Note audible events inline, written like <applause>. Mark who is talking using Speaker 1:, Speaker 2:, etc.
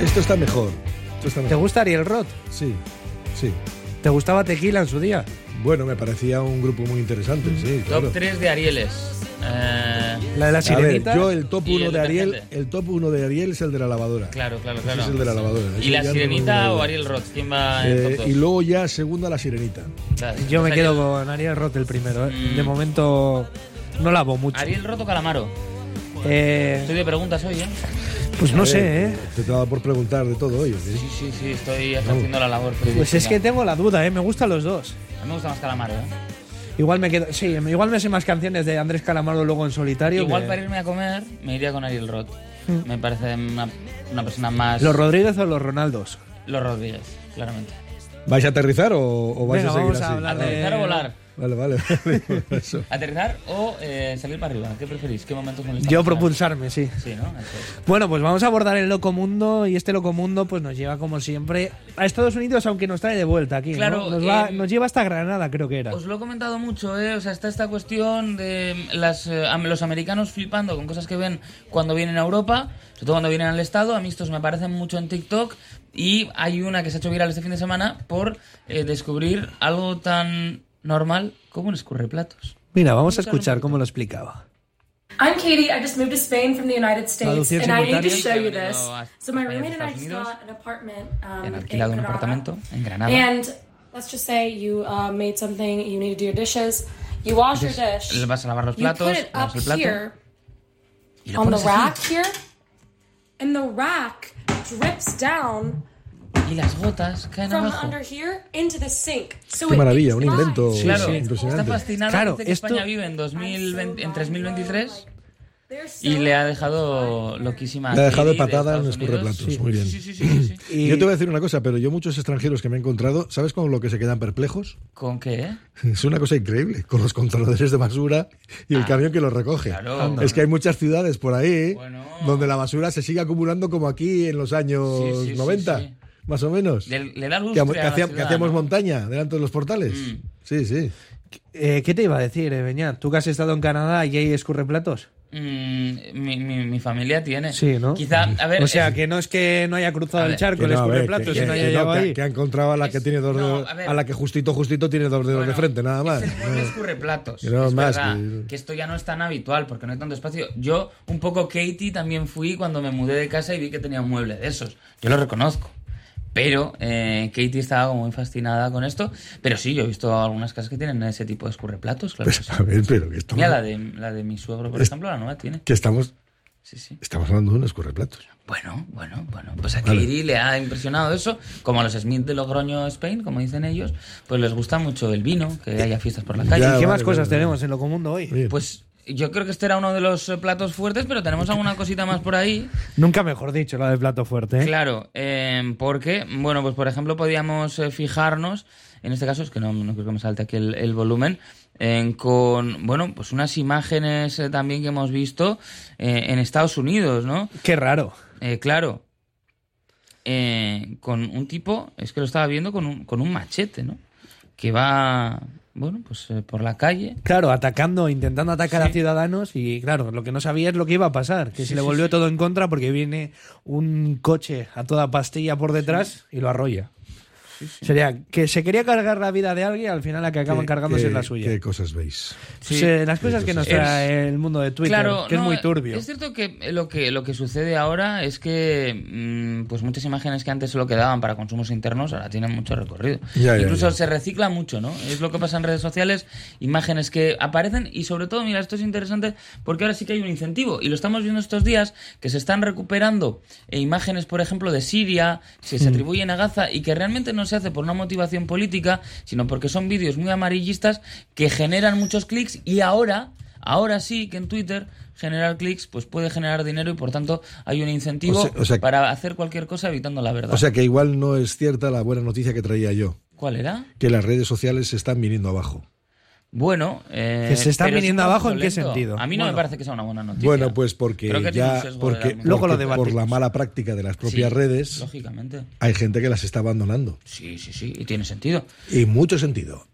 Speaker 1: Esto está mejor. Esto está
Speaker 2: ¿Te
Speaker 1: mejor.
Speaker 2: gusta Ariel Roth?
Speaker 1: Sí, sí.
Speaker 2: ¿Te gustaba Tequila en su día?
Speaker 1: Bueno, me parecía un grupo muy interesante, sí, claro.
Speaker 3: Top 3 de Arieles. Eh,
Speaker 2: La de la
Speaker 1: A ver,
Speaker 2: sirenita.
Speaker 1: yo el top
Speaker 3: Y
Speaker 1: 1
Speaker 3: el
Speaker 1: de Ariel,
Speaker 3: detergente.
Speaker 1: el top 1 de Ariel es el de la lavadora.
Speaker 3: claro, claro,
Speaker 1: Ese
Speaker 3: claro.
Speaker 1: es el de la lavadora.
Speaker 3: ¿Y
Speaker 1: Ese
Speaker 3: la
Speaker 1: ya no
Speaker 3: sirenita
Speaker 1: lo-
Speaker 3: o Ariel Roth? ¿Quién va en
Speaker 1: Eh,
Speaker 3: top
Speaker 1: y
Speaker 3: dos?
Speaker 1: luego ya segunda la sirenita.
Speaker 3: Claro,
Speaker 2: Yo
Speaker 3: o
Speaker 2: me
Speaker 3: sea
Speaker 2: quedo con Ariel Roth el primero. ¿eh?
Speaker 3: Mm.
Speaker 2: De momento no lavo
Speaker 3: que-
Speaker 2: mucho.
Speaker 3: Ariel Roth o Calamaro. Estoy
Speaker 2: Eh,
Speaker 3: de preguntas hoy, ¿eh?
Speaker 2: pues
Speaker 1: A
Speaker 2: no
Speaker 1: ver,
Speaker 2: sé, ¿eh?
Speaker 1: Te estaba por preguntar de todo ello.
Speaker 3: Sí, sí, sí, estoy haciendo la labor.
Speaker 2: Pues es
Speaker 3: periodística.
Speaker 2: que tengo la duda, ¿eh? Me gustan los dos.
Speaker 3: A mí me gusta más Calamaro, ¿eh?
Speaker 2: Igual me quedo. Sí, igual me sé más canciones de Andrés Calamaro luego en solitario.
Speaker 3: Igual
Speaker 2: que- Mm.
Speaker 3: para irme a comer me iría con Ariel Roth. Me parece una, una persona más...
Speaker 2: ¿Los Rodríguez o los Ronaldos?
Speaker 3: Los Rodríguez, claramente.
Speaker 1: ¿Vais a aterrizar o, o vais a
Speaker 2: Venga,
Speaker 1: seguir
Speaker 2: vamos a
Speaker 1: así?
Speaker 2: hablar de-
Speaker 3: ¿Aterrizar o volar?
Speaker 1: Vale, vale, <laughs> vale. por Eso.
Speaker 3: ¿Aterrizar o eh, salir para arriba? ¿Qué preferís? ¿Qué momentos molestan?
Speaker 2: Yo propulsarme, sí.
Speaker 3: Sí, ¿no? Eso es.
Speaker 2: Bueno, pues vamos a abordar el loco mundo y este loco mundo pues nos lleva como siempre a Estados Unidos, aunque nos trae de vuelta aquí. ¿no?
Speaker 3: Claro,
Speaker 2: nos, va-
Speaker 3: eh,
Speaker 2: nos lleva hasta Granada, creo que era.
Speaker 3: Os lo he comentado mucho, ¿eh? O sea, está esta cuestión de las, eh, am- los americanos flipando con cosas que ven cuando vienen a Europa, sobre todo cuando vienen al Estado. A mí estos me aparecen mucho en TikTok. Y hay una que se ha hecho viral este fin de semana por eh, descubrir algo tan normal como un escurreplatos.
Speaker 2: Mira, vamos a escuchar cómo lo explicaba.
Speaker 4: I'm Katie. I just moved to Spain from the United States,
Speaker 2: Traducción
Speaker 4: and I need to
Speaker 2: simultánea.
Speaker 4: show you this.
Speaker 3: Bienvenido a
Speaker 4: So my
Speaker 3: España,
Speaker 4: roommate and I
Speaker 3: Estados
Speaker 4: just
Speaker 3: Unidos.
Speaker 4: got an apartment um,
Speaker 3: Han
Speaker 4: in
Speaker 3: alquilado un apartamento
Speaker 4: Granada.
Speaker 3: en Granada.
Speaker 4: And let's just say you uh, made something. You need to do your dishes. You wash your dish.
Speaker 3: le vas a lavar los
Speaker 4: you
Speaker 3: platos,
Speaker 4: put it
Speaker 3: lavas
Speaker 4: up
Speaker 3: el plato.
Speaker 4: here
Speaker 3: y lo
Speaker 4: on the
Speaker 3: pones así.
Speaker 4: rack here, and the rack drips down
Speaker 3: Y las gotas caen
Speaker 4: from
Speaker 3: abajo.
Speaker 4: under here into the sink. So
Speaker 1: Qué
Speaker 4: it
Speaker 1: maravilla, un
Speaker 4: makes lines.
Speaker 1: invento
Speaker 3: Claro, está
Speaker 1: impresionante.
Speaker 3: fascinado.
Speaker 2: Claro,
Speaker 3: dice que
Speaker 2: esto-
Speaker 3: España vive en, 2020, en 3023
Speaker 4: They're so
Speaker 3: y le ha dejado loquísima.
Speaker 1: Le ha dejado
Speaker 3: Heidi de
Speaker 1: patada en
Speaker 3: Estados Unidos.
Speaker 1: escurreplatos. Muy bien.
Speaker 3: Sí, sí, sí,
Speaker 1: <laughs>
Speaker 3: sí, sí.
Speaker 2: Y-
Speaker 1: Yo te voy a decir una cosa, pero yo muchos extranjeros que me he encontrado, ¿sabes con lo que se quedan perplejos?
Speaker 3: ¿Con qué? eh?
Speaker 1: Es una cosa increíble, con los controladores de basura y el camión que los recoge.
Speaker 3: Ah, claro.
Speaker 1: Anda. Es que hay muchas ciudades por ahí
Speaker 3: Bueno.
Speaker 1: donde la basura se sigue acumulando como aquí en los años
Speaker 3: Sí, sí, sí,
Speaker 1: 90,
Speaker 3: sí.
Speaker 1: más o menos.
Speaker 3: Le, le da luz.
Speaker 1: que, hacía- que hacíamos montaña delante de los portales.
Speaker 3: Mm.
Speaker 1: Sí, sí.
Speaker 2: Eh, ¿Qué te iba a decir, eh, Beñat? ¿Tú que has estado en Canadá y hay escurreplatos?
Speaker 3: Mm, mi, mi, mi familia tiene.
Speaker 2: Sí, ¿no?
Speaker 3: Quizá, a ver.
Speaker 2: o sea,
Speaker 3: es-
Speaker 2: que no es que no haya cruzado
Speaker 3: A
Speaker 2: el
Speaker 3: ver.
Speaker 2: charco
Speaker 1: Que
Speaker 2: el
Speaker 1: no, a ver,
Speaker 2: escurreplatos,
Speaker 1: que-
Speaker 2: sino
Speaker 1: que-
Speaker 2: haya
Speaker 1: que no,
Speaker 2: llegado
Speaker 1: que-
Speaker 2: ahí.
Speaker 1: que ha encontrado a la que
Speaker 3: Es-
Speaker 1: tiene dos
Speaker 3: no,
Speaker 1: dedos-
Speaker 3: a
Speaker 1: a,
Speaker 3: ver.
Speaker 1: la que justito, justito tiene dos dedos
Speaker 3: bueno,
Speaker 1: de frente, nada más.
Speaker 3: Es el buen
Speaker 1: No.
Speaker 3: escurreplatos.
Speaker 1: Que no
Speaker 3: es
Speaker 1: más,
Speaker 3: verdad
Speaker 1: que-
Speaker 3: que... esto ya no es tan habitual porque no hay tanto espacio. Yo, un poco Katie, también fui cuando me mudé de casa y vi que tenía un mueble de esos. Yo lo reconozco. Pero eh, Katie estaba como muy fascinada con esto. Pero sí, yo he visto algunas casas que tienen ese tipo de escurreplatos, claro. que
Speaker 1: <laughs>
Speaker 3: sí.
Speaker 1: A ver, <laughs> pero que estamos,
Speaker 3: Mira, la de, la de mi suegro, por ejemplo, la nueva tiene.
Speaker 1: que estamos,
Speaker 3: Sí, sí.
Speaker 1: estamos hablando de un escurreplatos.
Speaker 3: Bueno, bueno, bueno. Pues a
Speaker 1: Vale.
Speaker 3: Katie le ha impresionado eso. Como a los Smith de Logroño, Spain, como dicen ellos, pues les gusta mucho el vino, que haya fiestas por la calle.
Speaker 2: ¿Y
Speaker 1: Ya,
Speaker 2: qué
Speaker 1: vale,
Speaker 2: más cosas
Speaker 1: vale,
Speaker 2: tenemos en Locomundo hoy?
Speaker 1: Oye,
Speaker 3: Pues yo creo que este era uno de los eh, platos fuertes, pero tenemos alguna cosita más por ahí.
Speaker 2: Nunca mejor dicho, la de plato fuerte. ¿eh?
Speaker 3: Claro, eh, porque, bueno, pues por ejemplo podíamos eh, fijarnos, en este caso es que no, no creo que me salte aquí el, el volumen, en con, bueno, pues unas imágenes eh, también que hemos visto eh, en Estados Unidos, ¿no?
Speaker 2: Qué raro.
Speaker 3: Eh, claro, eh, con un tipo, es que lo estaba viendo con un, con un machete, ¿no? Que va, bueno, pues eh, por la calle.
Speaker 2: Claro, atacando, intentando atacar a ciudadanos y claro, lo que no sabía es lo que iba a pasar, que se le volvió todo en contra porque viene un coche a toda pastilla por detrás y lo arrolla. Sería que se quería cargar la vida de alguien, al final la que acaban
Speaker 1: ¿qué-
Speaker 2: cargándose
Speaker 1: qué-
Speaker 2: es la suya.
Speaker 1: ¿Qué cosas veis?
Speaker 2: Pues,
Speaker 3: Sí.
Speaker 2: eh, las cosas que nos
Speaker 3: Es-
Speaker 2: trae el mundo de Twitter,
Speaker 3: Claro,
Speaker 2: que
Speaker 3: no,
Speaker 2: es muy turbio.
Speaker 3: Es cierto que lo que lo que sucede ahora es que mm, pues muchas imágenes que antes solo quedaban para consumos internos ahora tienen mucho recorrido.
Speaker 1: Ya, ya,
Speaker 3: Incluso
Speaker 1: ya.
Speaker 3: se recicla mucho, ¿no? Es lo que pasa en redes sociales, imágenes que aparecen y sobre todo, mira, esto es interesante porque ahora sí que hay un incentivo y lo estamos viendo estos días que se están recuperando eh, imágenes, por ejemplo, de Siria que
Speaker 1: Hmm.
Speaker 3: se atribuyen a Gaza y que realmente no se hace por una motivación política, sino porque son vídeos muy amarillistas que generan muchos clics y ahora Ahora sí que en Twitter generar clics pues puede generar dinero y por tanto hay un incentivo
Speaker 1: O sea- o sea-
Speaker 3: para hacer cualquier cosa evitando la verdad.
Speaker 1: O sea que igual no es cierta la buena noticia que traía yo,
Speaker 3: ¿Cuál era?
Speaker 1: que las redes sociales se están viniendo abajo.
Speaker 3: Bueno, eh,
Speaker 2: Que se está
Speaker 3: pero es
Speaker 2: viniendo abajo, ¿en qué
Speaker 3: fraudulento.
Speaker 2: sentido?
Speaker 3: A mí no
Speaker 2: Bueno.
Speaker 3: me parece que sea una buena noticia.
Speaker 1: Bueno, pues porque
Speaker 3: Creo que tiene un
Speaker 1: ya
Speaker 3: sesgo de
Speaker 1: porque,
Speaker 3: la-
Speaker 2: Luego lo
Speaker 1: porque por
Speaker 2: debatimos.
Speaker 1: la mala práctica de las
Speaker 3: Sí,
Speaker 1: propias redes
Speaker 3: Lógicamente.
Speaker 1: hay gente que las está abandonando.
Speaker 3: Sí, sí, sí, y tiene sentido.
Speaker 1: Y mucho sentido.